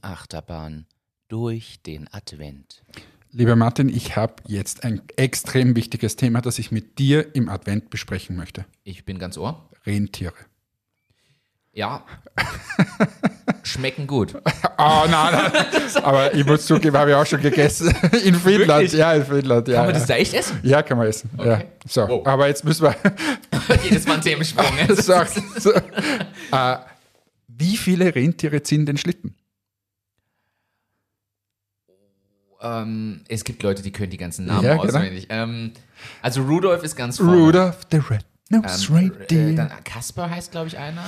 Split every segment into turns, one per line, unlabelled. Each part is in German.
Achterbahn durch den Advent.
Lieber Martin, ich habe jetzt ein extrem wichtiges Thema, das ich mit dir im Advent besprechen möchte.
Ich bin ganz ohr.
Rentiere.
Ja. Schmecken gut.
Oh nein, nein. aber ich muss zugeben, habe ich auch schon gegessen. In Finnland,
Wirklich?
ja, in Finnland. Ja,
Kann man
ja.
das da echt essen?
ja kann man essen. Ja.
Okay.
So,
Wow.
aber jetzt müssen wir.
Jedes Mal ein Themensprung. ja.
so, so. Äh, wie viele Rentiere ziehen den Schlitten?
ähm, es gibt Leute, die können die ganzen Namen
Ja, genau.
auswendig. Ähm, also Rudolf ist ganz vorne.
Rudolph the Red-Nosed
Ähm,
Reindeer.
äh, dann Kasper heißt, glaube ich, einer.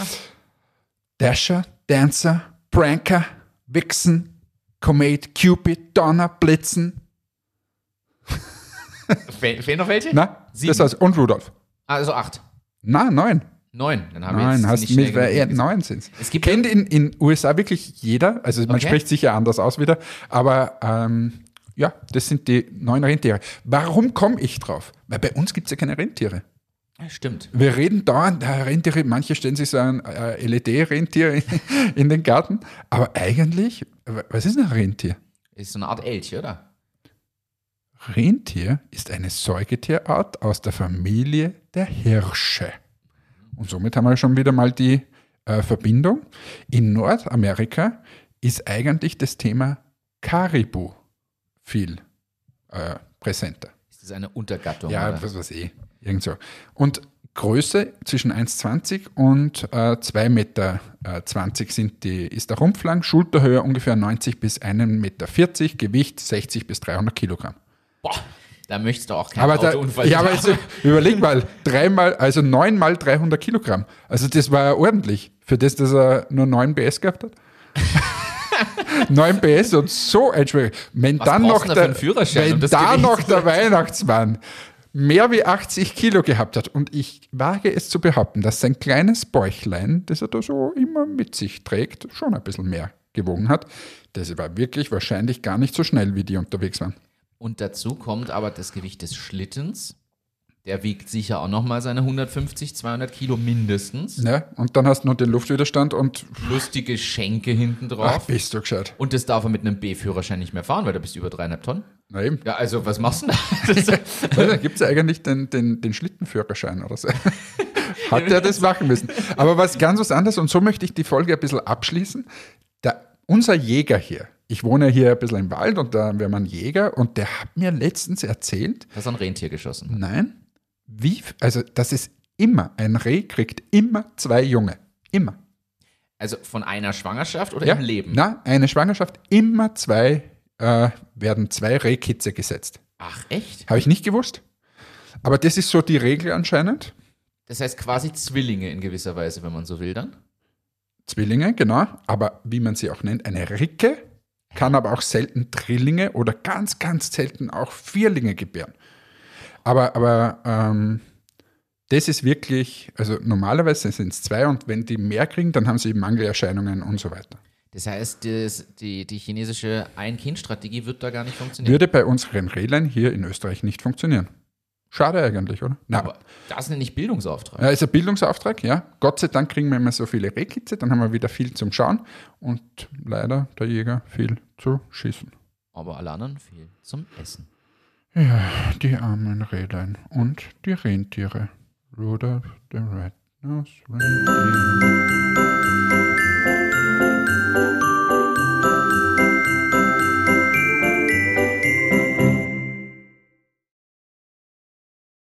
Dasher, Dancer, Pranker, Vixen, Comet, Cupid, Donner, Blitzen.
Fe fehlen noch welche?
Na,
Sieben.
das war's. Und Rudolf.
Also acht.
Na, neun.
Neun. Dann haben wir
Nein,
jetzt
hast
nicht
mit,
schnell
äh,
genug gesagt.
neun sind's.
Es gibt-
Kennt in in USA wirklich jeder. Also man
Okay.
spricht sicher anders aus wieder. Aber ähm, ja, das sind die neun Rentiere. Warum komme ich drauf? Weil bei uns gibt es ja keine Rentiere.
Ja, Stimmt.
Wir reden dauernd, äh, Rentiere, manche stellen sich so ein äh, LED-Rentier in, in den Garten. Aber eigentlich, wa- was ist ein Rentier?
Ist so eine Art Elch, oder?
Rentier ist eine Säugetierart aus der Familie der Hirsche. Und somit haben wir schon wieder mal die äh, Verbindung. In Nordamerika ist eigentlich das Thema Karibu viel äh, präsenter.
Ist das eine Untergattung?
Ja,
oder?
was weiß ich. Irgend so. Und Größe zwischen 1,20 und äh, 2,20 Meter äh, 20 sind die, ist der Rumpflang, Schulterhöhe ungefähr 90 bis 1,40 Meter, Gewicht 60 bis 300 Kilogramm.
Boah, da möchtest du auch keinen
Aber da,
Autounfall
ja, aber jetzt, überleg mal, dreimal, also neunmal 300 Kilogramm. Also das war ja ordentlich, für das, dass er nur 9 PS gehabt hat. 9 PS und so ein schwerer. Wenn
Was
dann
brauchst
noch
du da
der,
für einen Führerschein,
wenn
um das
da
Gewicht
noch
zu
der Weihnachtsmann mehr wie 80 Kilo gehabt hat und ich wage es zu behaupten, dass sein kleines Bäuchlein, das er da so immer mit sich trägt, schon ein bisschen mehr gewogen hat. Das war wirklich wahrscheinlich gar nicht so schnell, wie die unterwegs waren.
Und dazu kommt aber das Gewicht des Schlittens. Der wiegt sicher auch nochmal seine 150, 200 Kilo mindestens.
Ne? Und dann hast du noch den Luftwiderstand und
Lustige Schenke hinten
Ach,
drauf.
bist du gescheit.
und das darf er mit einem B-Führerschein nicht mehr fahren, weil da bist du über dreieinhalb Tonnen.
Na eben.
Ja, also was machst du denn da? Das,
Da gibt es ja eigentlich den, den, den Schlittenführerschein oder so. Hat er das machen müssen. Aber was ganz was anderes, und so möchte ich die Folge ein bisschen abschließen. Da, unser Jäger hier, ich wohne hier ein bisschen im Wald und da haben wir mal einen Jäger und der hat mir letztens erzählt,
dass er ein Rentier geschossen hat.
nein, wie, f- also das ist immer, ein Reh kriegt immer zwei Junge. Immer.
Also von einer Schwangerschaft oder im Leben?
Na, eine Schwangerschaft, immer zwei, äh, werden zwei Rehkitze gesetzt.
Ach, echt?
Habe ich nicht gewusst. Aber das ist so die Regel anscheinend.
Das heißt quasi Zwillinge in gewisser Weise, wenn man so will dann.
Zwillinge, genau. Aber wie man sie auch nennt, eine Ricke kann aber auch selten Drillinge oder ganz, ganz selten auch Vierlinge gebären. Aber, aber ähm, das ist wirklich, also normalerweise sind es zwei und wenn die mehr kriegen, dann haben sie Mangelerscheinungen und so weiter.
Das heißt, das, die, die chinesische Ein-Kind-Strategie wird da gar nicht funktionieren.
Würde bei unseren Rehlein hier in Österreich nicht funktionieren. Schade eigentlich, oder? Na,
Aber das nenne ich Bildungsauftrag.
Ja, ist ein Bildungsauftrag, ja. Gott sei Dank kriegen wir immer so viele Rehkitze, dann haben wir wieder viel zum Schauen und leider der Jäger viel zu schießen.
Aber alle anderen fehlen zum Essen.
Die armen Rehlein und die Rentiere. Rudolph the Red-Nosed Reindeer.